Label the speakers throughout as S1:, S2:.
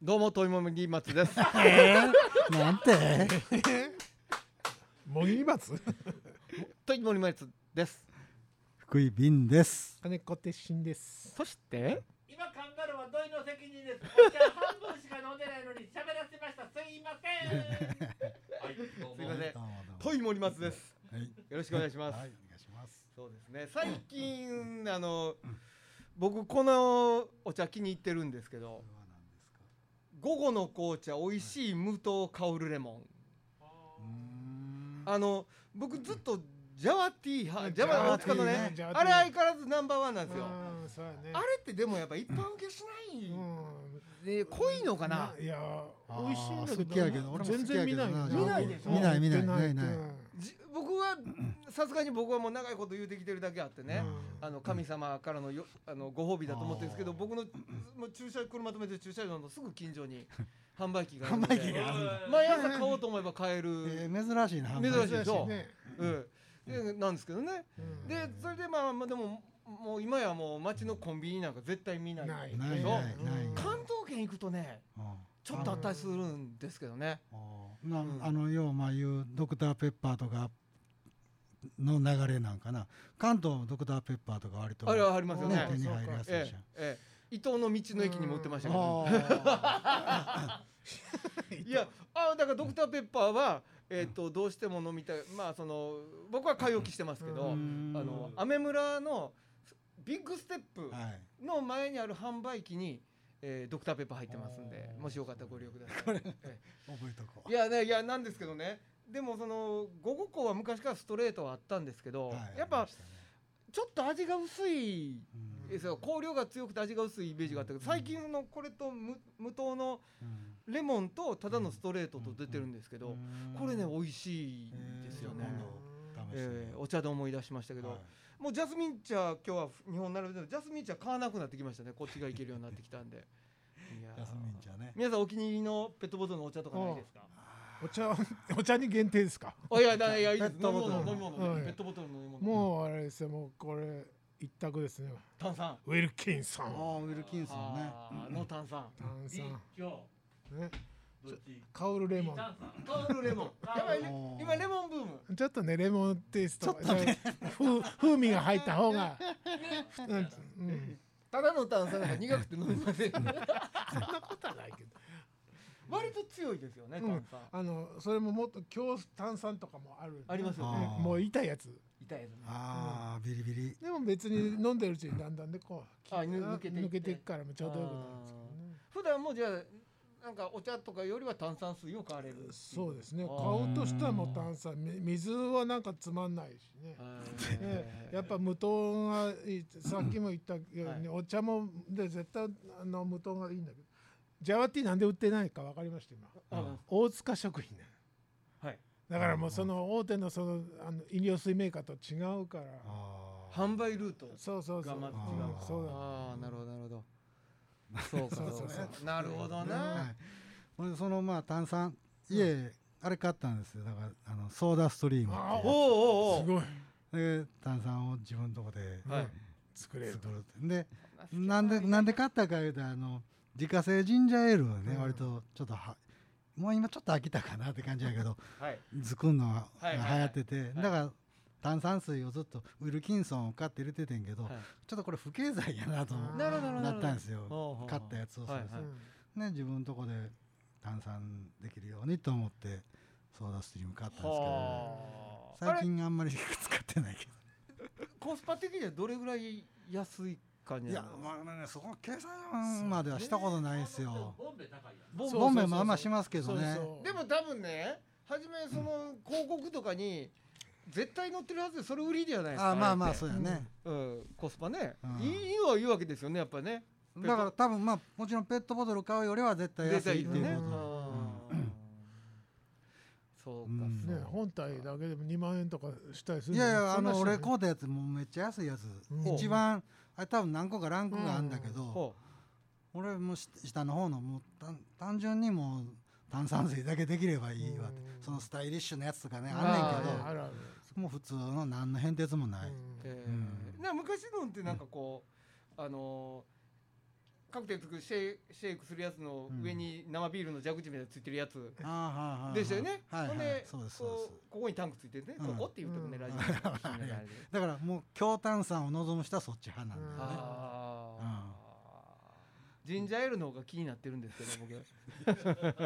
S1: どうも、といもぎ松です。
S2: えー、なんて
S3: もぎ松
S1: といもぎ松です。
S2: 福井便です。
S3: 金子鉄心です。
S1: そして、
S4: 今カンガルーは土井の責任です。お茶半分しか飲んでないのに喋らせました。すいません。はい、どう
S1: すいません
S2: どうもどう
S1: といもぎ松です。
S2: もはい、
S1: よろしくお願いします。
S2: はい、お願いします。
S1: そうですね。最近、あの、僕、このお茶気に入ってるんですけ
S2: こ
S1: ど
S2: れ。は何ですか。
S1: 午後の紅茶、美味しい無糖香るレモン。
S2: うーん。
S1: あの、僕ずっとジャワティー派、ジャ
S2: ジャ
S1: ワ、
S2: ワ
S1: 使うのね
S3: ティーね。
S1: あれ相変わらずナンバーワンなんですよ。
S3: うん、そうやね。
S1: あれって、でも、やっぱ一般受けしない。
S3: う
S1: で、濃いのかな。
S3: ん。いや、
S2: あー
S3: 美味しいんだけど。
S2: 好きやけど俺も
S3: 全然見ない。
S2: 好きやけどな
S1: 見ないでしょ
S3: うん
S1: 見
S2: ない見ない
S3: 売って
S2: ないない
S3: 売って
S1: じ僕は、さすがに僕はもう長いこと言うてきてるだけあってね。
S3: うん
S1: あの神様からのよあのご褒美だと思ってるんですけど
S2: あー
S1: 僕のもう駐車車止めてる駐車場のすぐ近所 に販売機がある
S2: 販
S1: の
S2: 売機が
S1: で
S2: あるんだ。
S1: 毎朝買おうと思えば買え
S2: え
S1: る、
S2: ー、珍しいな。
S1: 珍しいでしょ
S3: ね
S1: うんでなんですけどね
S3: うん
S1: でそれでまあまあでももう今やもう街のコンビニなんか絶対見ない
S3: ない
S2: ない
S1: でしょ
S2: ないない
S3: うん
S1: 関東圏行くとね
S2: うん
S1: ちょっとあったりするんですけどね
S2: あーなあのようまあいうドクターペッパーとかの流れなんかな関東もドクターペッパーとか割と
S1: あれはありますよ
S2: ね手
S1: ね
S2: に入るやつで
S1: え
S2: し
S1: え、
S2: ょ
S1: ええ、伊東の道の駅にも売ってましたけどね
S2: あ
S1: いやあだからドクターペッパーは、えー、とどうしても飲みたいまあその僕は買い置きしてますけ
S2: ー
S1: ど
S2: う
S1: あ
S2: ん
S1: のアメ村のビッグステップ
S2: はい
S1: の前にある販売機に、えードクターペッパー入ってますんでもしよかったらご利用ください。 え
S2: 覚えとこ
S1: えいやねいやなんですけどねでもその午後校は昔からストレートはあったんですけど、
S2: うはい
S1: やっ
S2: ありま
S1: ぱ
S2: したね
S1: ちょっと味が薄い。
S2: うん
S1: えそう香料が強くて味が薄いイメージがあったけど最近のこれと無無糖のレモンとただのストレートと出てるんですけど、これね美味しいんですよねえ
S2: えーじゃあ今度。試してみよ
S1: ー
S2: う
S1: お茶で思い出しましたけど、
S2: はい
S1: もうジャスミン茶今日は日本並べてるジャスミン茶買わなくなってきましたねこっちがいけるようになってきたんでいやー
S2: ジャスミン茶ね。
S1: 皆さんお気に入りのペットボトルのお茶とかないですか
S3: お茶、 お茶に限定ですか。
S1: あいやだいやいいです
S2: ペッ
S1: 飲み
S2: トボトル
S1: 物飲み物、
S3: はい
S1: ペットボトルの飲み物
S3: もうあれですよ、もうこれ一択ですね。
S1: 炭酸
S3: ウィルキンさ
S2: ああ
S3: ん。
S2: ウィルキンソンね。
S1: あーの炭酸
S3: 炭酸。
S4: 今
S3: ね。
S4: 日、どっち
S3: 香るレモン。
S1: タ オルレモンやばいね
S2: おー
S1: 今レモンブーム
S3: ちょっとねレモンテイスト風風味が入った方が、うんうん、
S1: ただの炭酸なんか苦くて飲みません
S3: そんなことはないけど
S1: 割と強いですよね
S3: うん
S1: 炭酸、
S3: あのそれももっと強炭酸とかもある
S1: ありますよね
S2: あー
S3: もう痛いやつ
S1: 痛いやつね
S2: ああビリビリ。
S3: でも別に飲んでるうちにだんだんでこう
S1: あぬ抜けていって
S3: いくからもちょうどよくなるんですけどね
S1: 普段もじゃあなんかお茶とかよりは炭酸水を買われるってい
S3: そうですね
S1: あ
S3: 買
S1: ー
S3: おうとしたらもう炭酸み水はなんかつまんないしねね
S1: え、ー
S3: やっぱ無糖がいいさっきも言ったように、お茶もで絶対あの無糖がいいんだけどジャワティーなんで売ってないか分かりました今
S1: あ
S3: 大塚食品ね
S1: はい
S3: だからもうその大手のそのあの飲料水メーカーと違うから
S2: ああ。
S1: 販売ルート
S3: そうそうそう、
S1: が
S3: うん
S1: まず違
S2: うから
S3: そうだ
S1: ああなるほどなるほ どそうか
S3: そう
S1: そ
S3: そう
S1: か
S3: う
S1: なるほどな
S2: はいほんでそのまあ炭酸いえあれ買ったんですよだからあのソーダストリームっていう
S3: あ
S1: おうおうお
S3: す
S1: う
S3: ごい
S2: で炭酸を自分のとこで
S1: はい
S3: 作れる
S2: 作るってでなんでなんで買ったかいうとあの自家製ジンジャーエールをね、
S3: うん
S2: 割とちょっとはもう今ちょっと飽きたかなって感じやけど
S1: はい
S2: 作るのが
S1: はい
S2: 流
S1: はいはい
S2: 行ってて、
S1: い
S2: だから炭酸水をずっとウィルキンソンを買って入れててんけど、
S1: はい
S2: ちょっとこれ不経済やなと思
S3: うん
S2: う
S1: なるほどなるほど
S2: なったんです
S1: ほうほう
S2: よ買ったやつをそ
S1: は
S2: れ
S1: い
S2: で
S1: はい
S2: ね自分のとこで炭酸できるようにと思ってソーダストリーム買ったんですけど、
S1: はああ
S2: 最
S1: れ
S2: 近あんまり使ってないけ
S1: コスパ的にはどれぐらい安い感
S2: ど
S1: じ
S2: い
S1: な
S2: や
S1: の
S2: まあねそこ計算まではしたことないですよ
S4: ボンベ高いや
S1: ボン
S3: そう
S2: ボンベもあんましますけ
S3: そ
S2: ど
S3: う
S2: ね
S3: そう
S1: でも多分ね初めその広告とかに絶対載ってるはずでそれ売りではないですか
S2: あまあま
S1: れ
S2: あ
S1: って
S2: そうやね、
S1: うんコスパね
S2: うん
S1: いいいいのはいいわけですよねやっぱねペット
S2: だから多分まあもちろんペットボトル買うよりは絶対安いっていう
S1: ね
S2: こ
S1: う
S2: と
S1: んそうか
S2: うん
S1: そう
S3: ね本体だけでも2万円とかしたりする
S2: いやいやあ
S3: そんな
S2: の
S3: しない
S2: 俺買うたやつもうめっちゃ安いやつ、
S3: うん
S2: 一番あれ多分何個かランクがあるんだけど、
S1: ほ
S2: 俺もし下の方のもう単単純にもう炭酸水だけできればいいわって、
S3: うん
S2: そのスタイリッシュなやつとかね
S1: ん
S2: あんねんけ
S3: あ
S2: ど
S3: あるある
S2: もう普通の何の変哲もな
S3: うん
S2: い、
S1: うえ
S2: うん
S1: ーな昔のってなんかこうあのーカクテル作るシェイシェイクするやつの上に生ビールの蛇口みたいなのついてるやつ
S2: あーはーはー
S1: ですよね。
S2: はい、
S1: ほんで
S2: そうですそうで
S1: こ
S2: す
S1: うここにタンクついてるね、
S2: うん
S1: そこって言うとくね、
S3: うん
S1: ラジオで聞きながら
S2: だからもう強炭酸を望む人はそっち派なんだよね
S1: あージンジャーエールの方が気になってるんですけど 僕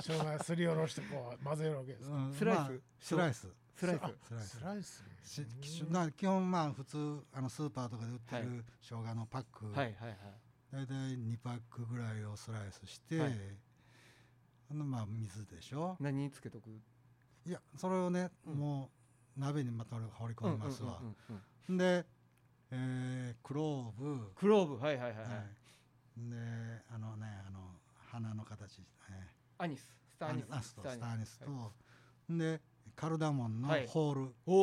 S3: 生姜すりおろしてこう混ぜるわけです
S2: うん
S1: スライス
S2: まあスライス
S1: スライス
S3: あ
S2: スライス
S3: スライス
S2: し
S3: うん
S2: きしゅな基本まあ普通あのスーパーとかで売って
S1: は
S2: る生姜のパック、
S1: はいはいはい
S2: 大体2パックぐらいをスライスして、
S1: はい
S2: あのまあ水でしょ
S1: 何につけとく
S2: いやそれをね、
S1: うん
S2: もう鍋にまた俺が放り込みますわ、
S1: うんうんうんうん
S2: で、えークローブ、
S1: クローブはいはいはい、はい
S2: はい、であのねあの花の形、ね、
S1: アニススターアニス
S2: あスとス
S1: ア
S2: ター
S1: ニ
S2: ニスと、
S1: は
S2: でカルダモンの
S1: はい
S2: ホール、
S1: いお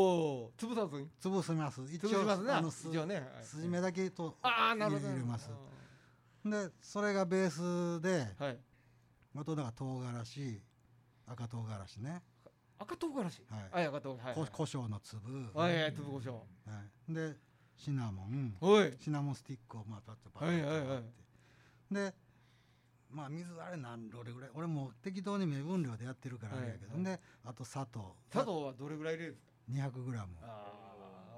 S1: お潰さずに
S2: 潰します一
S1: 潰しますね
S2: あのす
S1: 一応ね、はい
S2: 筋目だけと
S1: ああなるほど
S2: 入れますでそれがベースで
S1: うんはい
S2: あとだから唐辛子赤唐辛子ね、
S1: 赤唐辛子
S2: はい
S1: はい赤唐辛子はい
S2: こ胡椒の粒、
S1: は
S2: はい
S1: いはい粒胡椒
S2: い、でシナモン
S1: おい
S2: シナモンスティックをまあパッとパ
S1: は
S2: ッ
S1: い
S2: と
S1: はいはい
S2: やってでまあ水あれ何ロレぐらい俺もう適当に目分量でやってるからあれやけど、
S1: はいは
S2: であと砂糖
S1: 佐藤はどれぐらい入れるんですか
S2: 200g、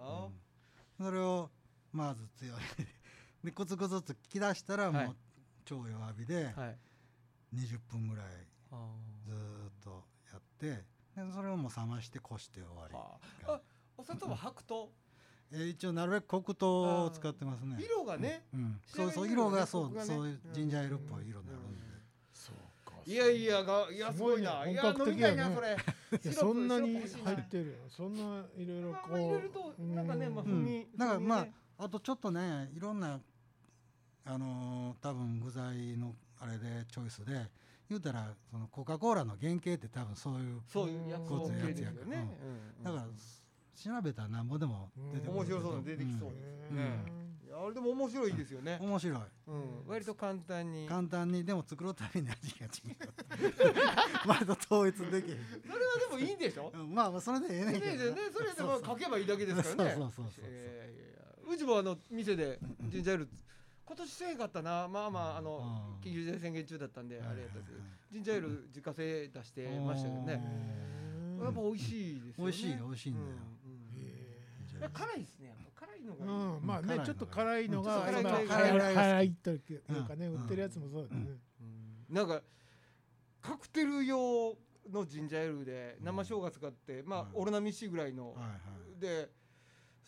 S1: あ
S2: うんそれをまず強いでコツコツと聞き出したらも
S1: はいう
S2: 超弱火で
S1: あはい
S2: 20分ぐらい
S1: あ
S2: ずーっとやってでそれをもう冷ましてこして終わり
S1: ーあお砂糖は白桃
S2: えー一応なるべく黒糖を使ってますね。
S1: 色がね
S2: うん、
S1: 仕上
S2: そう
S1: がり
S2: そう
S1: になるよね
S2: 色
S1: コ
S2: がそう
S1: クがね
S2: そういうジンジャーエールっぽい色になるんで、
S3: そうか
S1: いやいやがいやす
S3: す
S1: ご
S3: ご
S1: い
S3: いね
S1: ないや
S3: 本
S1: 飲
S3: 格
S1: み
S3: 的
S1: た
S3: や
S1: い
S3: ね
S1: なそれ
S3: いや
S1: シロップ
S3: そんなに
S1: シロップ欲しいな
S3: 入ってるよそんないろいろ
S1: まあ
S3: こ
S1: まあ入れると
S3: う
S1: なんかね
S3: う
S1: まあ
S2: う
S1: 風味
S2: ん、だから
S1: 風味
S2: ま
S1: が
S2: あ
S1: ね
S2: あとちょっとねいろんなあのー多分具材のあれでチョイスで言うたらそのコカ・コーラの原型って多分そういう
S1: そういう薬草系ですよ
S2: こういうやつやから
S1: ねうん
S2: だから調べたらなんぼでも出てくる
S1: 面白そうなの出てきそう
S3: う
S1: です
S3: ん
S1: ねいやあれでも面白いですよね
S2: うん面白い
S1: うん割と簡単に
S2: 簡単にでも作るたびに味が違 う割と統一できる、
S1: それはでもいいんでしょ
S2: うん、まあまあそれでええねん
S1: ね
S2: け
S1: え
S2: ど
S1: ね
S2: な
S1: えそれでまあ書けばいいだけですからね
S2: そうそうそうそうそう
S1: いやいやいやうちもあの店でジンジャーエール今年せえかったなまあまああの
S2: うん
S1: 緊急事態宣言中だったんであれやったけど
S2: はい
S1: ジンジャーエール自家製出してましたけどね
S3: うん
S1: やっぱ美味しいですよね
S2: 美味しい美味しいんだよ
S1: うんうん
S3: へ
S2: ジンジャーエール
S1: 辛いですねやっぱ辛いの
S3: ー
S1: がいい
S3: うんまあ
S2: 辛い
S3: ね
S2: のが
S3: ちょっと辛いのが
S1: うんちょっと辛い
S3: 辛い
S2: 辛い
S3: 辛いっていうかね
S2: うん
S3: 売ってるやつもそうだね
S1: うんなんかカクテル用のジンジャーエールで生生姜使って、まあ、
S2: うん
S1: オロナミン C ぐらいの、
S2: はいはい
S1: で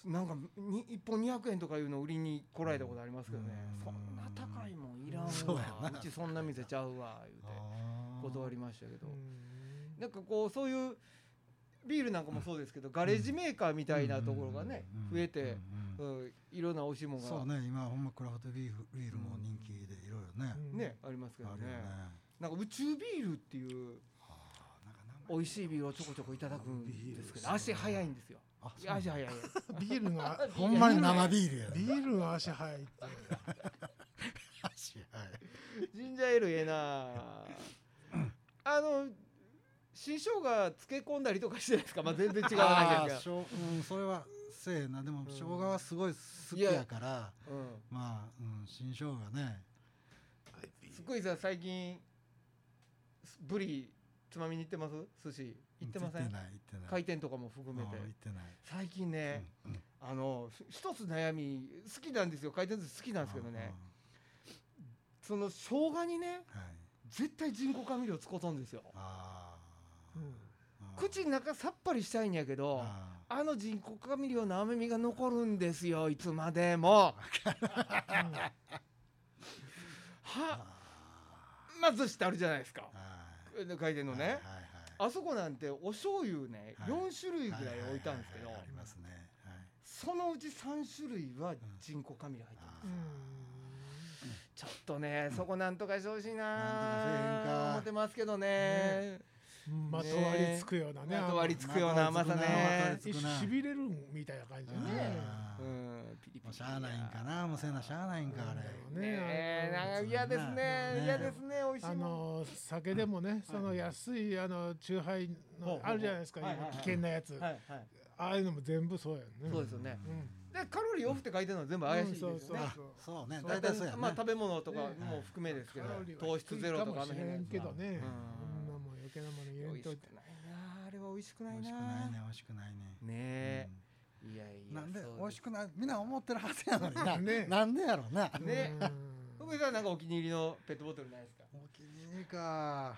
S1: なんかに1本200円とかいうの売りに来られたことありますけどね、
S2: うん
S1: そんな高いもんいらんわ
S2: そうやな
S1: うちそんな店ちゃうわ言うて
S2: あー
S1: 断りましたけど、
S3: うん
S1: なんかこうそういうビールなんかもそうですけど、ガレージメーカーみたいなところがね、増えて、
S2: うん
S1: うんいろんな美味しいものが
S2: そうね今ほんまクラフトビールビールも人気でいろいろね、
S3: うん
S1: ねありますけど
S2: あ
S1: ね
S2: るよね
S1: なんか宇宙ビールっていう
S2: あーなんか名
S1: 美
S2: 前
S1: 味しいビールをちょこちょこいただくんですけど足早いんですよ
S2: あそう
S1: 足早い
S3: ビールの
S2: ほんまに生
S1: い
S2: ビールや
S3: ビールの足早いって
S2: 足早い
S1: ジンジャーエールええなあの新生姜漬け込んだりとかしてないですかまあ全然違う
S2: あ
S1: 話
S2: ー
S1: です
S2: しょう、うん、それはせえなでも生姜はすごい好きやから、
S1: けど、う
S2: まあ、うん、新生姜ね
S1: ん、すっごいさ最近ブリつまみに行ってます寿司行ってませ
S2: 行っ
S1: ん
S2: てない行ってな
S1: 回
S2: い
S1: 転とかも含めて
S2: うん行ってない、
S1: 最近ね、
S2: うんうん
S1: あのひ一つ悩み好きなんですよ回転寿司好きなんですけどねその生姜にね
S2: うんはい
S1: 絶対人工甘味料使うとんですよ
S2: あーあー
S1: 口の中さっぱりしたいんやけどあ
S2: あ
S1: の人工甘味料の甘みが残るんですよいつまでも
S2: ー
S1: は
S2: あ
S1: まずしてあるじゃないですか
S2: ーはい
S1: 回転の
S2: はい
S1: ね
S2: はいはい
S1: あそこなんてお醤油ね
S2: はい
S1: 4種類ぐらい置いたんですけど
S2: はははいはいありますね。はい
S1: そのうち3種類は人工甘味料入ってま
S2: あ
S1: す
S2: ー
S1: ちょっとねそこなんとかしてほしい
S2: なんとかせえへん
S1: な
S2: か
S1: 思ってますけどね
S3: ねまとわりつくようなね
S1: まとわりつくような甘さね
S2: つく
S3: 一
S2: な
S3: 種しびれるみたいな感じだ
S1: ね
S3: ね
S2: あ
S1: う
S2: ー
S1: んピリピリ
S2: もうしゃあないんかな、もうせなしゃあないんか、あれ。
S1: ねえなんか嫌ですね
S2: ね
S1: 嫌ですね美味しいも
S3: あ
S1: ん
S3: の酒でもね、その安いあの酎ハイ
S1: ほうほう
S3: のあるじゃないですか、
S1: はいはいはい
S3: 危険なやつ、
S1: はいはい
S3: ああいうのも全部そうやんね。
S1: そうですよね
S3: うん
S1: だでカロリーオフって書いてるのは全部怪しいですよね、
S3: うんそうそう
S2: あそうね
S3: そう
S2: 大体そうやね、
S1: まあ食べ物とか
S3: ね
S1: も含めですけど、
S3: カロリーは
S1: 糖質ゼロとかあの
S3: 低いも
S1: 辺
S3: しれ
S1: のや
S3: ん
S1: つ
S3: けどね、
S1: うん
S3: そんなもん余計なもの
S1: 美
S3: 入れ
S1: 味
S3: ん
S1: し
S3: とい
S1: く
S3: て
S1: ないなああれは美味しくない
S2: 美
S1: な
S2: 味しくないね美味しくないね
S1: ねえ、いやい
S2: うん
S1: や
S2: なんで
S1: そう
S2: 美味しくないみんな思ってるはずやのに な、
S3: ね
S2: なんでやろうな
S1: ね
S3: うん
S1: 福井さんなんかお気に入りのペットボトルないですか
S2: お気に入りか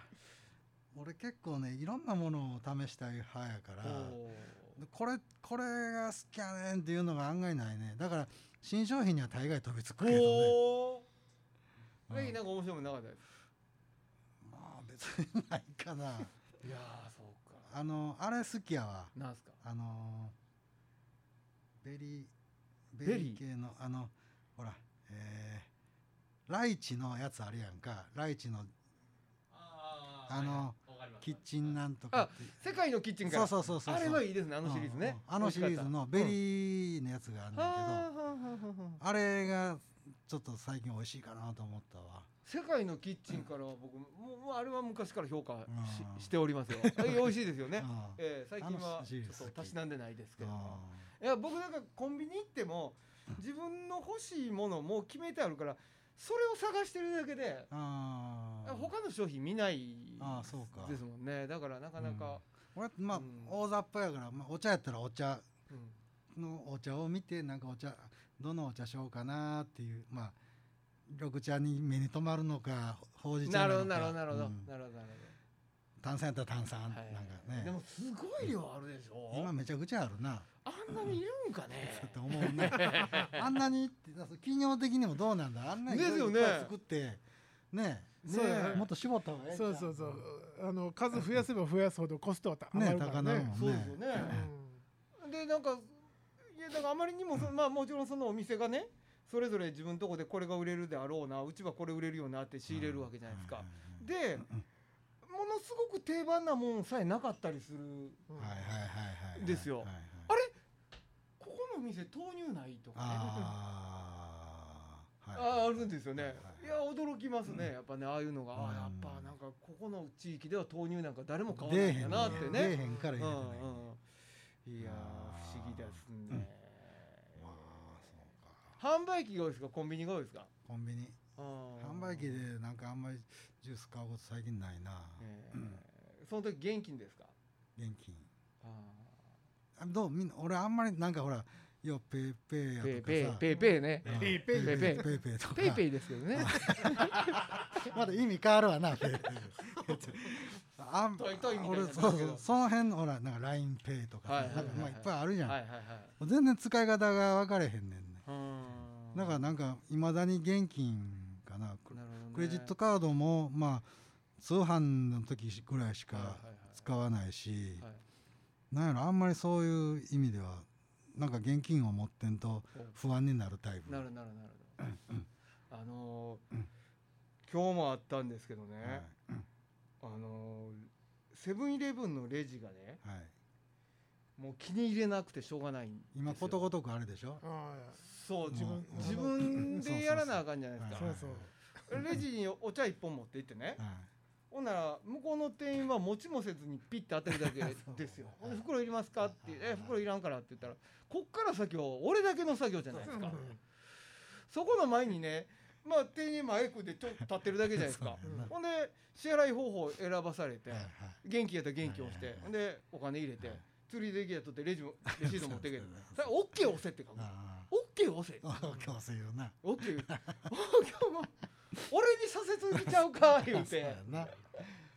S2: 俺結構ねいろんなものを試したい派やから
S1: お
S2: でこれこれが好きやねんっていうのが案外ないねだから新商品には大概飛びつくけど
S1: ー
S2: ね、
S1: お
S2: う
S1: ー
S2: ん
S1: ぜひなんか面白いもんなかったですか
S2: まあ別にないかない
S1: やーそうか
S2: あのあれ好きやわ
S1: なんすか
S2: あのベリー
S1: ベ
S2: ベ
S1: リ
S2: リ
S1: ー
S2: ー系のあのほらえーライチのやつあるやんかライチの
S4: あ
S2: あのキッチン
S4: な
S2: なんとかって
S1: 世界のキッチンから
S2: そうそうそうそう
S1: あれはいいですねあのシリーズね、
S2: うんうんあのシリーズのベ
S1: ー
S2: リーのやつがあるんだ
S1: は
S2: け
S1: あはあはあはあ
S2: ど、あれがちょっと最近美味しいかなと思ったわ
S1: 世界のキッチンからは僕もうもうあれは昔から評価し,、
S2: うん
S1: ておりますよ。え美味しいですよね。
S2: うん
S1: えー最近は
S2: 楽
S1: ち
S2: しいです
S1: ょっとたしなんでないですけども。
S2: うん
S1: いや僕なんかコンビニ行っても自分の欲しいものもう決めてあるからそれを探してるだけで
S2: ああ
S1: 他の商品見ない
S2: あーそうか
S1: ですもんね。だからなかなか、
S2: 俺まあ
S1: うん
S2: 大雑把やから、まあ、お茶やったらお茶
S1: うん
S2: のお茶を見てなんかお茶どのお茶しようかなっていうまあ緑茶に目に留まるのかほうじ茶
S1: な
S2: な
S1: るほど
S2: のか
S1: なるほどなるほど、
S2: うん
S1: なるほどなる
S2: 炭酸やったら炭酸、
S1: ほど。はい
S2: なんかね
S1: でもすごい量あるでしょ。
S2: 今めちゃくちゃあるな
S1: あんなにいるんかね。
S2: と思う ねあんなにってだから企業的にもどうなんだあんなに
S1: ですよね
S2: いっぱい作ってね
S3: そうや
S1: ねえ
S2: もっと絞った方がええんちゃ
S3: そうそうそうあの数増やせば増やすほどコストは上が
S2: ね
S3: るから
S2: 高
S3: ね
S2: なるもんね
S1: そうですよね。
S3: うん
S1: でなんかいやだからあまりにもそ のまあもちろんそのお店がねそれぞれ自分のとこでこれが売れるであろうなうちはこれ売れるよなって仕入れるわけじゃないですか。
S2: うん
S1: でものすごく定番なもんさえなかったりする
S3: うん
S2: はいはいはいはい
S1: ですよ
S2: はいはい
S1: あれここの店豆乳ないとかね
S2: あー、はい
S1: ああるんですよね、
S2: はい
S1: い
S2: はい
S1: や驚きますねやっぱねああいうのが、あ
S2: うん
S1: あやっぱなんかここの地域では豆乳なんか誰も買わ
S2: 出
S1: な
S2: え
S1: いん
S2: へ
S1: だ
S2: ん
S1: な
S2: な
S1: っ
S2: ってて
S1: ね
S2: ね。出えへんから
S1: うん
S2: 入
S1: うん
S2: れてないわ
S1: いやー不思議ですね、
S2: あそうか
S1: 販売機が多いですかコンビニが多いですか
S2: コンビニ販
S1: 販
S2: 売機でなんかあんまりジュース買うこと最近ないな
S1: その時現金ですか
S2: 現金
S1: あ
S2: あどうみんな俺あんまりなんかほらよペイペイや
S1: ー
S2: とか
S1: ペ
S2: さ
S1: イペイペイペイね
S2: うん
S3: ペイペ
S2: ペ
S3: イ
S2: イペイペイペイペイとか
S1: ペイペイですけどね
S2: まだ意味変わるわな ペイペイあん
S1: トイトイみたいに
S2: 俺
S1: なってるけ
S2: そ
S1: ど
S2: うそうその辺のほらなんか LINE ペイとか
S1: は
S2: さ
S1: いはい
S2: な
S1: はい
S2: んかまあいっぱいあるじゃん
S1: は
S2: も
S1: いはいはいう
S2: 全然使い方が分かれへんねんね
S1: うーん
S2: だからなんかいまだに現金かなクレ
S1: なるほどね
S2: クレジットカードもまあ通販の時ぐらいし
S1: はいは
S2: か
S1: いはい
S2: 使わないし
S1: はい
S2: なんやろあんまりそういう意味ではなんか現金を持ってんと不安になるタイプ
S1: なるなるなるあのー今日もあったんですけどね、
S2: はい
S1: あのーセブンイレブンのレジがね
S2: はい
S1: もう気に入れなくてしょうがないんですよ
S2: 今ことごとくあれでしょ
S3: あ
S1: そう自分
S2: うん
S1: 自分でやらなあかんじゃないです
S2: は
S1: か
S2: い
S3: そうそう
S1: レジにお茶一本持って行ってね
S2: はい
S1: ほんなら向こうの店員は持ちもせずにピッて当てる だけですよ
S2: そ
S1: ほ
S2: う
S1: んで袋いりますか?」って「え袋いらんから」って言ったらこっから先は俺だけの作業じゃないですかそこの前にねまあ店員前行くでちょっと立ってるだけじゃない ですか
S2: そうやな
S1: ほんで支払い方法を選ばされて
S2: はいはい
S1: 元気やったら元気押し
S2: はい
S1: て
S2: はいはい
S1: ほんでお金入れて
S2: はい
S1: 釣りできやとってレジ もレシート持ってけ
S2: そ
S1: る
S2: うそうそう
S1: さあ OK 押せって書く
S2: あ
S1: OK 押せ
S2: あ 強制よ な
S1: OK 言う OK もう俺にさせすぎちゃうか言う
S2: そう
S1: て。
S2: やな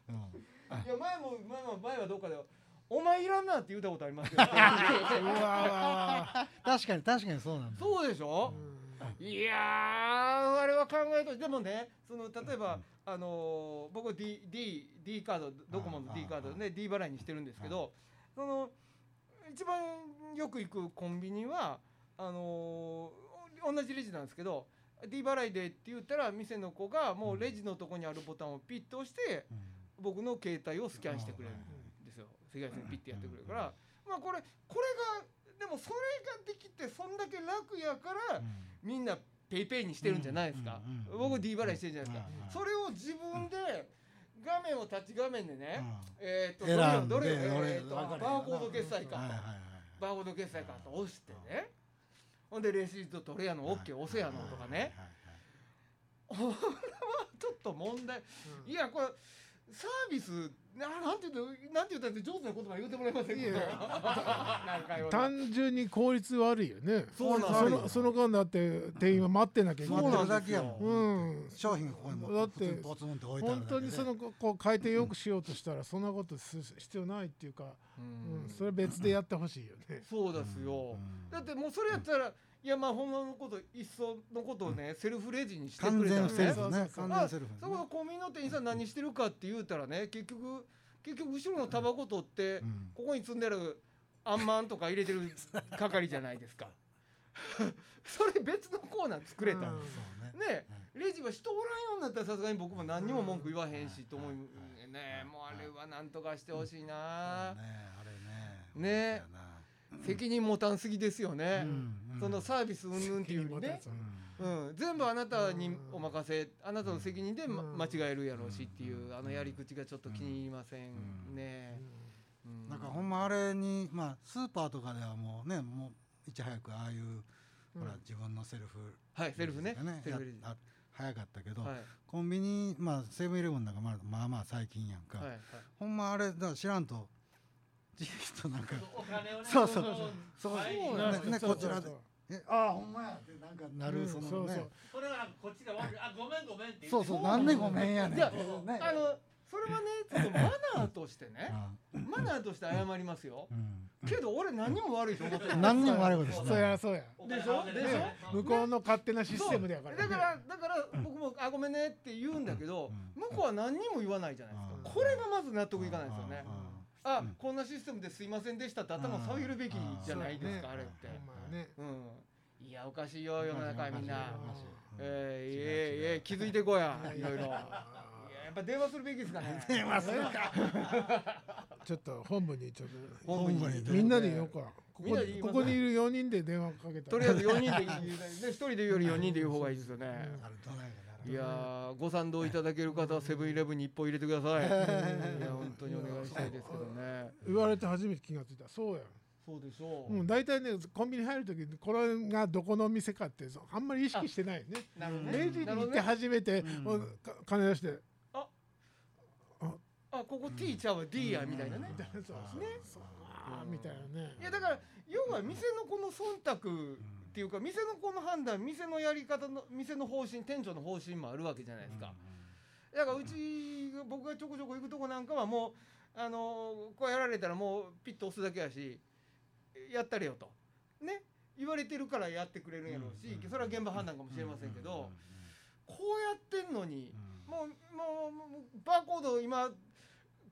S2: うん
S1: いや前も前も前はどっかで「お前いらんな」って言ったことあります よ
S3: うわうわ
S2: 確かに確かにそうなんだ
S1: そうでし
S3: う
S1: ょ
S3: わ、
S1: いやーあれは考えとでもねその例えば、あのー僕 D, D, D カードドコモの D カード
S2: あ
S1: で D 払いにしてるんですけどその一番よく行くコンビニはあのー同じレジなんですけど D 払いでって言ったら店の子がもうレジのとこにあるボタンをピッと押して
S2: うん
S1: 僕の携帯をスキャンしてくれる。ですよ赤外線ピッてやってくれるから、まあこれこれがでもそれができてそんだけ楽やから、
S2: うん
S1: みんなペイペイにしてるんじゃないですか、
S2: うんうんうん
S1: 僕 D 払いしてるじゃないですか、
S2: うん
S1: それを自分で画面をタッチ画面でね、えー、と
S2: 選ん
S1: ど
S2: で
S1: れをどれを
S2: どれ
S1: えーと
S2: わ
S1: バ
S2: かるよな
S1: ーコード決済か、
S2: はいはいはい
S1: バーコード決済かと押してね、ほんでレシート取れやの OK 押せやのとかね
S2: は
S1: こ
S2: いはい
S1: れはちょっと問題いやこれサービスななんて言うのなんて言ったって上手な言葉言うてもらえませんけどなんかよ
S3: 単純に効率悪いよね
S1: そう
S2: な
S1: なんん
S2: です
S3: そのその間だって店員は待ってなきゃいけ
S2: はい
S3: ない
S1: そうなん
S2: 待ってるだけやも
S1: そ
S3: うん
S2: 商品がここにも
S3: だ
S2: う
S3: っ
S2: 普
S3: て
S2: 通にポツンと置いてある
S3: 本当
S2: だけで
S3: にそのここう回転よくしようとしたらそんなことする必要ないっていうか、
S1: う
S3: うんん、それは別でやってほしいよね。
S1: そうですよ、だってもうそれやったら、いやまあほんまのこといっそのことをね、セルフレジにしてく
S2: 完
S1: れたら
S2: 全
S1: ね
S2: セ
S1: そ
S2: ルフ
S3: そう
S2: ね
S3: そうそう
S2: 完全セルフね
S1: このコンビニの店員さん何してるかって言うたらね結局結局後ろのタバコ取って、
S2: うん
S1: ここに積んであるあんまんとか入れてる係じゃないですかそれ別のコーナー作れたら、
S3: うん
S2: そうね
S1: ねレジは人おらんようになったらさすがに僕も何にも文句言わへんしと思う
S2: うん
S1: ね
S2: うん
S1: もうあれはなんとかしてほしい
S2: あ
S1: な、
S2: ねあれね
S1: ね
S2: 本当やな
S1: 責任持たんすぎですよね、
S2: うん
S1: そのサービスうんぬんっていうよりね、
S2: うん
S1: うん、全部あなたにお任せあなたの責任で、ま
S3: うん
S1: 間違えるやろうしっていううんあのやり口がちょっと気に入りません
S2: うん
S1: ね。う
S2: なんかほんまあれにまあスーパーとかではもうねもういち早くああいうほら自分のセルフ
S1: はいセルフね
S2: レジ
S1: セル
S2: が
S1: フレジ
S2: やっあ早かったけど
S1: はい
S2: コンビニまあセブンイレブンなんかまあまあまあ最近やん
S1: はいは
S2: か
S1: い
S2: ほんまあれだから知らんとじーっとなんか
S4: お金をね
S2: そうそう
S4: どんどん
S2: そう
S4: はい
S1: そう
S2: なんですね
S3: そう
S2: こちらで
S3: そう
S2: えああほんまやってなんかな
S3: う
S2: る
S3: んそ
S2: その
S3: うそ
S2: ね
S3: う
S4: これはこっちが悪いあごめんごめんって言って
S2: そうそうなんでごめんやねん
S1: いや
S2: っていうね
S1: あのそれはねちょっとマナーとしてね
S2: あ
S1: マナーとして謝りますよ
S2: うん
S1: けど俺何も悪いと思ってない
S2: 何にも悪いことし
S3: そう
S2: ない
S3: やそうや
S4: お金
S1: でしょ
S4: 払わせてね
S1: でしょ
S3: 向こうの勝手なシステムでやか
S1: そうだ
S3: ら
S1: からだから僕も「あごめんね」って言うんだけど
S2: うん
S1: 向こうは何にも言わないじゃないですか
S2: うん
S1: これがまず納得いかないですよね
S2: うんうん
S1: あ、
S2: うん
S1: こんなシステムですいませんでしたって頭を下げるべきじゃないですか、
S3: うん
S1: あれって、
S3: ほんまやね
S1: うん、いやおかしいよ世の中みん
S2: おかし
S1: な
S2: お、かしい
S1: えー、いえい
S2: うん違う違
S1: え
S2: う
S1: 気づいてこうやいろいろいやや
S3: あ
S1: っぱ電話するべきですかね
S2: 出ますか。
S3: ーちょっと本部にちょっと
S1: 本部に
S3: みんなで言おうかこ
S1: みん
S3: こ
S1: なで言
S3: に
S1: い
S3: こ
S1: ます
S3: こにいる4人で電話かけた
S1: とりあえず4人で言うね一人で言うより4人で言う方がいいですよね、
S2: あれどないかなる
S1: いやーご賛同いただける方はセブンイレブンに一本入れてください。いや本当にお願いしたいですけどね。
S3: 言われて初めて気がついたそうや
S1: そうでしょう。
S3: うん大体ねコンビニ入る時にこれがどこの店かってそうあんまり意識してないよね
S1: なるほどね
S3: レジに
S1: なるほ
S3: 行っ
S1: ど
S3: て
S1: ね。
S3: 初めて、
S2: うん
S3: おか金出して
S1: あここ T ちゃうわ D やみたいなね
S3: み。たいなそうそう
S1: ね
S3: そうあーみたいなね
S1: いやだから要は店のこの忖度っていうか店のこの判断店のやり方の店の方針店長の方針もあるわけじゃないですか、だからうちが僕がちょこちょこ行くとこなんかはもうあのこうやられたらもうピッと押すだけやしやったれよとね言われてるからやってくれるんやろうし、
S2: うん
S1: それは現場判断かもしれませんけど、こうやってんのに、もうもうもうもうバーコードを今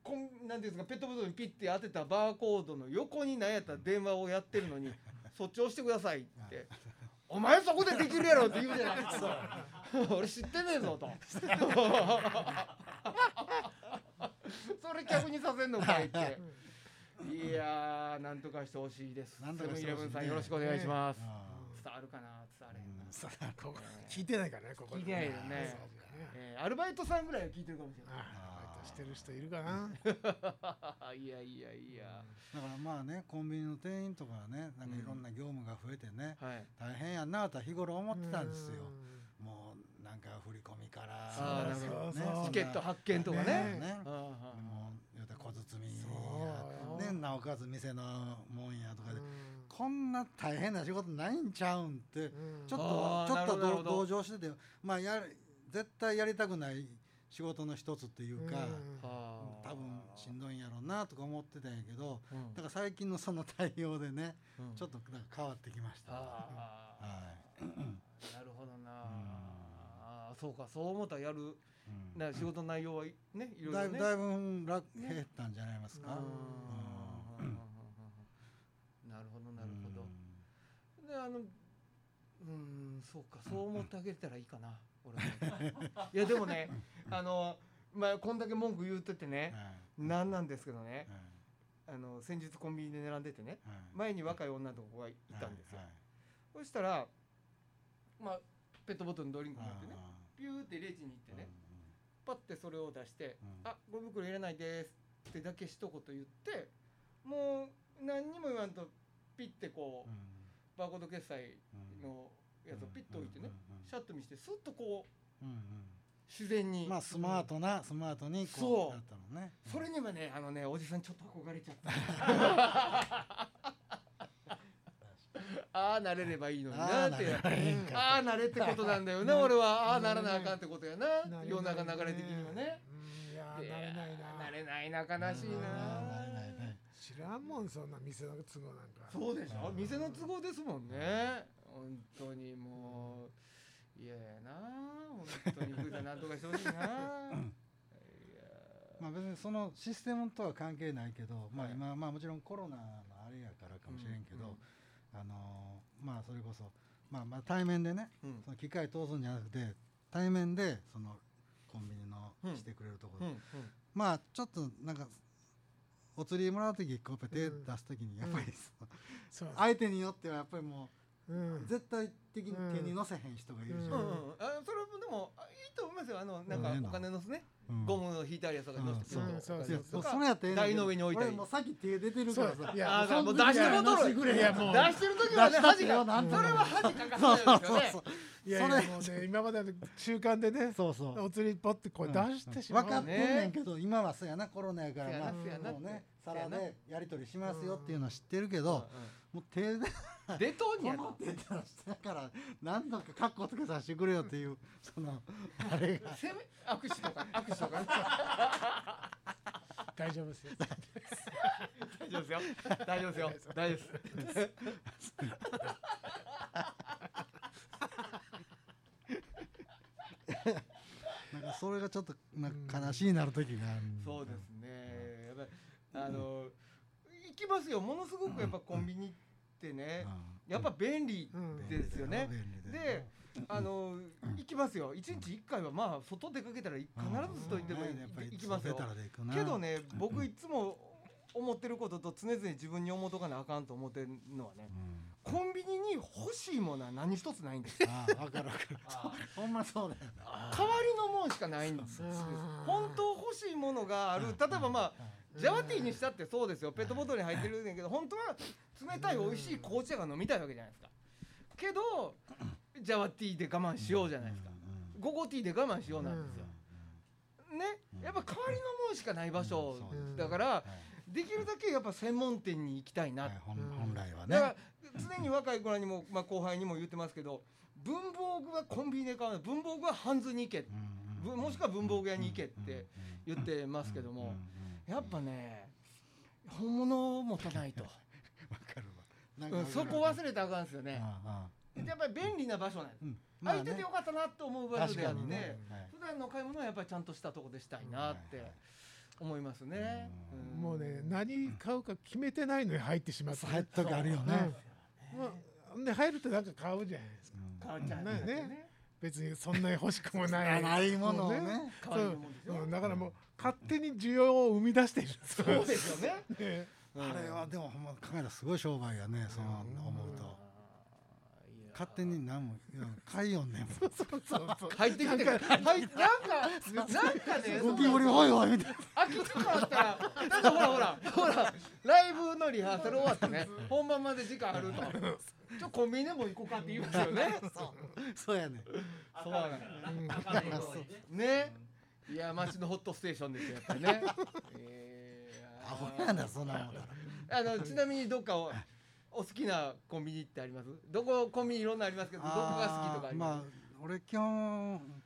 S1: こんなんていうんですかペットボトルにピッて当てたバーコードの横に何やったら電話をやってるの にそっち押してくださいって。お前そこでできるやろって言うじゃないですか 俺知ってねえぞとそれ客にさせんのかいっていやーなんとかしてほしいです
S2: なんと
S1: セ
S2: か
S1: ブン
S2: し
S1: イ
S2: て
S1: レ
S2: ほし
S1: ブン
S2: いね
S1: さんよろしくお願いします、
S2: あ
S1: 伝わるかな伝われへんな、
S2: うん
S3: さあここ聞いてないからねここ
S1: 聞いてないよねえーアルバイトさんぐらいは聞いてるかもしれない
S3: ああバイトしてる人いるかな
S1: いやいやいや。
S2: ーだからまあねコンビニの店員とかはねなんかいろんな業務が増えてね
S1: はい。
S2: 大変やんなとは日頃思ってたんですよ
S3: うん
S2: もうなんか振り込みか
S1: あー
S2: ら
S1: なるほ
S3: ど
S2: ね
S3: そうそう
S1: チケット発見とか
S3: ね
S1: ね。
S2: ね
S1: うんうんうん
S2: もう言うたら小包
S3: そう
S2: やねなおかつ店のもんやとかで
S3: うん
S2: こんな大変な仕事ないんちゃうんって
S3: うん
S2: ちょっと
S1: あー
S2: ちょっと
S1: なるほ
S2: 同
S1: ど
S2: 同情しててまあや絶対やりたくない仕事の一つっていうか、
S3: うん
S1: はあ
S2: 多分しんどいんやろうなとか思ってたんやけど
S1: うん
S2: だから最近のその対応でね、
S1: うん
S2: ちょっとなんか変わってきました。は
S1: ああ。
S2: い
S1: なるほどな。
S2: ん
S1: ああそうかそう思ったらやる。
S2: うん
S1: な仕事の内容はいねいろい
S2: だ
S1: ろ
S2: いぶ
S1: ね。
S2: だいぶ楽減ったんじゃないです
S1: う
S2: か。
S1: ん
S2: うん
S1: なるほどなるほど。であのうーんそうかそう思ってあげたらいいかな俺 もいやでもねあのまあこんだけ文句言ってて
S2: うん
S1: ね
S2: はい
S1: なんなんですけどね
S2: はい
S1: あの先日コンビニで並んでてね
S2: はい
S1: 前に若い女の子がいたんですよ、
S2: はいはい
S1: そしたらまあペットボトルのドリンク持ってね
S2: あ
S1: ピューってレジに行っ
S2: ー
S1: てねパッてそれを出して
S2: うん
S1: 「あゴミ袋入れないです」ってだけ一言言ってもう何にも言わんとピッてこ
S2: うん
S1: うバーコード決済
S2: うん
S1: のやつをピッと置いてね
S2: うんうんうん
S1: シャッと見してスッとこう
S2: うん
S1: 自然
S2: う
S1: に
S2: んまあスマートなスマートに
S1: そ
S2: こ
S1: う
S2: うなったのね
S1: それにはねあのねおじさんちょっと憧れちゃった ああなれればいいのになって
S2: あーなれればいいんか
S1: ああなれってことなんだよ な
S3: うん
S1: 俺はああ
S3: な
S1: な
S3: れ
S1: ら
S3: な
S1: な
S3: い
S1: あかんってことやな
S3: なれない
S1: 世の中の流れ的にはね。
S3: うんいやーなれないな
S1: なれないな悲しい
S3: うん
S2: なれない
S1: な
S2: ね
S3: 知らんもんそんな店の都合なんか
S1: そうでしょ
S2: うん
S1: 店の都合ですもんね本当にもう嫌やな本当に普段なんとかしてほしいないや
S2: まあ別にそのシステムとは関係ないけど、まあ
S1: はい
S2: 今まあもちろんコロナのあれやからかもしれんけど、
S1: うんうん
S2: あのーまあそれこそまあまあ対面でね
S1: うん
S2: その機械通すんじゃなくて対面でそのコンビニ
S1: うん
S2: のしてくれるとこ
S1: う
S2: ろ、
S1: んうん
S2: まあちょっとなんかお釣りもらう時こうやって手
S3: うん
S2: 出す時にやっぱりその、
S3: そう
S2: 相手によってはやっぱりも
S3: う
S2: うん絶対的に手に乗せへん人がいるじゃ
S1: うんう
S2: ん
S1: ん、あそれもでもあいいと思いますよあのなんか
S2: うん
S1: お金のですね
S2: うん
S1: ゴムの引いてあるやつとかに乗せてちょっと
S3: うんそう
S1: お金のと
S3: そう
S2: いや
S1: か
S2: それやったらええねんけど
S1: 台の上に置いたり
S2: 俺もう先手出てるから
S3: そう
S2: さ
S3: いや
S1: あーだからもう出
S3: そ
S1: し
S3: ん
S1: てもうと
S2: いや出してく
S1: る
S2: れ
S1: いやもう出してる時はね
S2: 出したっ
S1: 恥
S2: て
S1: が
S2: よなん
S1: そ
S2: と
S1: れ
S2: か
S1: は恥かか
S2: そう
S1: せ
S2: そ
S1: ない
S2: う
S1: ですよね
S2: そう
S3: いやいやも
S2: そう
S3: ね今までの中間でね
S2: そうそう
S3: お釣りポッてこう出してしまう、
S2: 分かってんねんけど今はそうやなコロナやか
S1: せ
S2: ら
S1: や
S2: ま
S1: な
S2: あ
S1: せやな
S2: もうね
S1: せや
S2: 皿
S1: な
S2: でやり取りしますよっていうのは知ってるけどもう手で
S1: うん出とん
S2: こ
S1: や
S2: の
S1: と
S2: 手出したから何度か格好つけさせてくれよっていう そのあれが
S1: せめ握手とか握手とかね
S3: 大丈夫ですよ
S1: 大丈夫ですよ大丈夫ですよ大丈夫です
S2: なんかそれがちょっとなんか悲しいなる時がある
S1: そうですねやっぱりあの行きますよものすごくやっぱコンビニってねやっぱ便利
S3: うん
S1: ですよね
S2: 便利
S1: であの行きますよ一日一回はまあ外出かけたら必ずと言っても
S2: うんやっぱり
S1: 行きますよ
S2: 外出たらで行くな
S1: けどね僕いつも思ってることと常々自分に思うとかなあかんと思ってるのはね
S2: うん
S1: コンビニに欲しいものは何一つないんです
S2: ああ分かる分かるほんまそうだよ
S1: 代わりのもんしかないんです本当欲しいものがある例えばまあジャワティーにしたってそうですよペットボトルに入ってるんやけど本当は冷たい美味しい紅茶が飲みたいわけじゃないですかけどジャワティーで我慢しようじゃないですか
S2: うん
S1: 午後ティーで我慢しようなんです
S3: う
S1: よ
S2: う
S1: ね
S2: うん
S1: やっぱ代わりのもんしかない
S2: ん
S1: 場所
S2: うんそうです
S1: だから
S2: はい
S1: できるだけやっぱ専門店に行きたいな
S2: はい本
S3: うん
S2: 本来はね
S1: だから常に若い子らにもまあ後輩にも言ってますけど文房具はコンビニで買わない文房具はハンズに行けぶもしくは文房具屋に行けって言って
S2: ま
S1: ますけどもやっぱね本物を持たない と。
S2: わかるわなんか
S1: う
S2: わ
S1: ん、
S2: かる
S1: そこ忘れたらあかんですよね。
S2: ああ
S1: やっぱり便利な場所なんです。
S2: うんまあ
S1: 空
S2: ね
S1: いててよかったなと思う場所
S2: 確
S1: であっ
S2: かに
S1: て
S2: ね、はい
S1: 普段の買い物はやっぱりちゃんとしたとこでしたいなって思います
S2: はいは
S1: ね
S2: い。
S1: ん
S3: もうね何買うか決めてないのに入ってしまった、
S2: 入っときあるよね
S3: うんまあで入るとなんか買うじゃないですか
S1: 買っちゃうんですよね。
S3: 別にそんなに欲しくもな
S2: ない
S3: い
S2: ないものをね
S1: 買われるもんですよ
S3: うん、だからもう勝手に需要を生み出しているそ
S1: そうですよね。
S3: ね
S1: うん
S2: あれはでもほんま考えたらすごい商売やねそう思うと
S1: いやー
S2: 勝手に何もいや買いよんねんもん
S3: そうそうそう
S1: 入ってきて、 はい、なんか、なんかね、
S2: ゴキブリおいおいみたいな
S1: 秋とかあったら、なんかほらほら、ほら、ライブのリハーサル終わってね、本番まで時間あると。ちょ、コンビニでも行こうかって言うんですよね。
S2: そうやねん
S1: そうなんだね。いや、街のホットステーションですよ、やっぱりね。え
S2: ア
S1: ー
S2: ホやなそんな もんだ
S1: あの、ちなみにどっかを、お好きなコンビニってあります。どこ、コンビニいろんなありますけど、どこが好きとかあります
S2: まあ。俺基本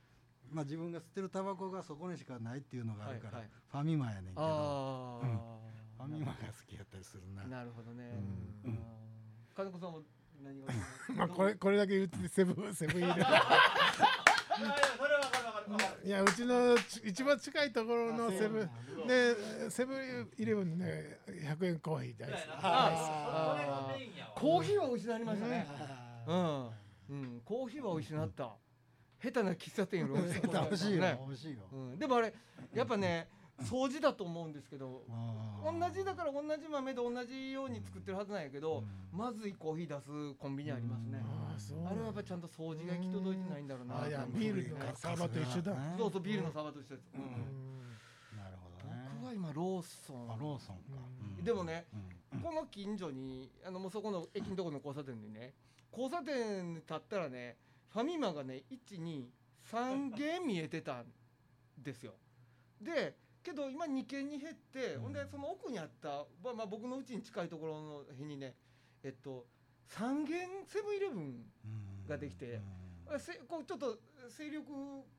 S2: まあ自分が吸ってるタバコがそこにしかないっていうのがあるか
S1: は
S2: ら、
S1: いはい
S2: ファミマやねんけど
S1: あ
S2: フ
S1: あ
S2: ァミマが好きやったりする な
S1: なるほどね。
S2: うん
S1: うん金子さんも何が。
S3: まあこれこれだけ言ってセブンセブンイレブンいやうちのち一番近いところのセブンでセブンイレブンのね100円コーヒー大好き
S1: コーヒーは美味しなりましたね。
S2: あ
S1: う
S2: ー
S1: ん、うん、コーヒーは美味しなった。下手な喫茶店より美味しい と思い
S2: 美
S1: ま
S2: 味
S1: す
S2: しいよ
S1: ね。
S2: 美味しいよ、
S1: うん、でもあれ、やっぱね、掃除だと思うんですけど。同
S2: あー
S1: じだから、同じ豆で同じように作ってるはずなんやけど、
S2: うん
S1: まずいコーヒー出すコンビニありますね。
S3: ああそう
S1: あれはやっぱちゃんと掃除が行き届いてないんだろうなと思
S3: あ
S1: っ
S3: い
S1: て。
S3: やビールのサーバーと一緒だ
S2: なる
S1: そ
S2: ほ
S1: うそう、ビールのサバと一緒です。うん
S2: どね
S1: 僕は今ローソン。
S2: あローソンか、
S3: うん
S1: でもね、
S2: うん
S1: この近所にあのもうそこの駅のところの交差点にね交差点に立ったらねファミマがね123軒見えてたんですよでけど今2軒に減って、
S2: うん
S1: ほんでその奥にあった、まあ、まあ僕の家に近いところの辺にねえっと3軒セブンイレブン
S2: うん
S1: ができて
S2: うん
S1: あせこうちょっと勢力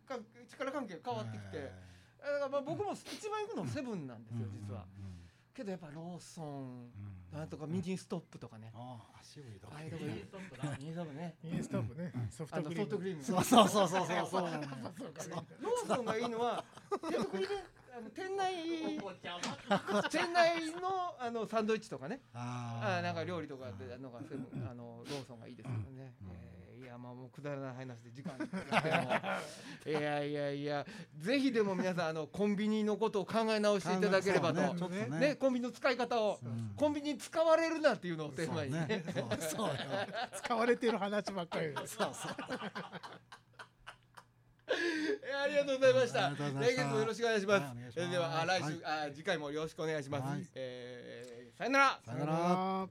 S1: か力関係が変わってきて、
S2: はい
S1: あだからまあ僕も一番行くのセブンなんですよ実は、
S2: う
S1: けどやっぱローソン
S2: んうんうん
S1: なんとかミニストップとかね、
S2: ああ渋いとこ
S1: ああいうとこ
S4: い
S1: い
S4: いストップな
S1: ミニストップね
S3: インストップね、ソフ
S1: あの
S3: トクリ
S1: ソ
S3: ー
S1: フト
S3: ム。
S1: クリーム
S2: そうそうそうそうそうそうなのよ
S3: そうかそうか
S1: ローソンがいいの は手作りであの店 内
S4: お子ちゃま
S1: 店内のあのサンドイッチとかね
S2: あ
S1: あ
S2: あ
S1: ーなんか料理とかで
S2: あ
S1: あのがセブンあのローソンがいいですよね、
S2: うん
S1: えーいやまあもうくだらない話で時間がかか ってもいやいやいやぜひでも皆さんあのコンビニのことを考え直していただければと、
S2: そう
S1: ね
S2: ねちょっとね
S1: コンビニの使い方を、
S2: うん
S1: コンビニに使われるなっていうのをテーマにね
S2: そうねそうそうよ
S3: 使われてる話ばっかりで。
S2: そうそう
S1: えーありがとうございました
S2: ありがとうござ
S1: 来
S2: いました
S1: 月もよろしくお願いします,、
S2: はいお
S1: え
S2: 願いします
S1: ーではあ来週、あー次回もよろしくお願いします、
S2: はい
S1: えーさよなら
S2: さよなら
S3: ら。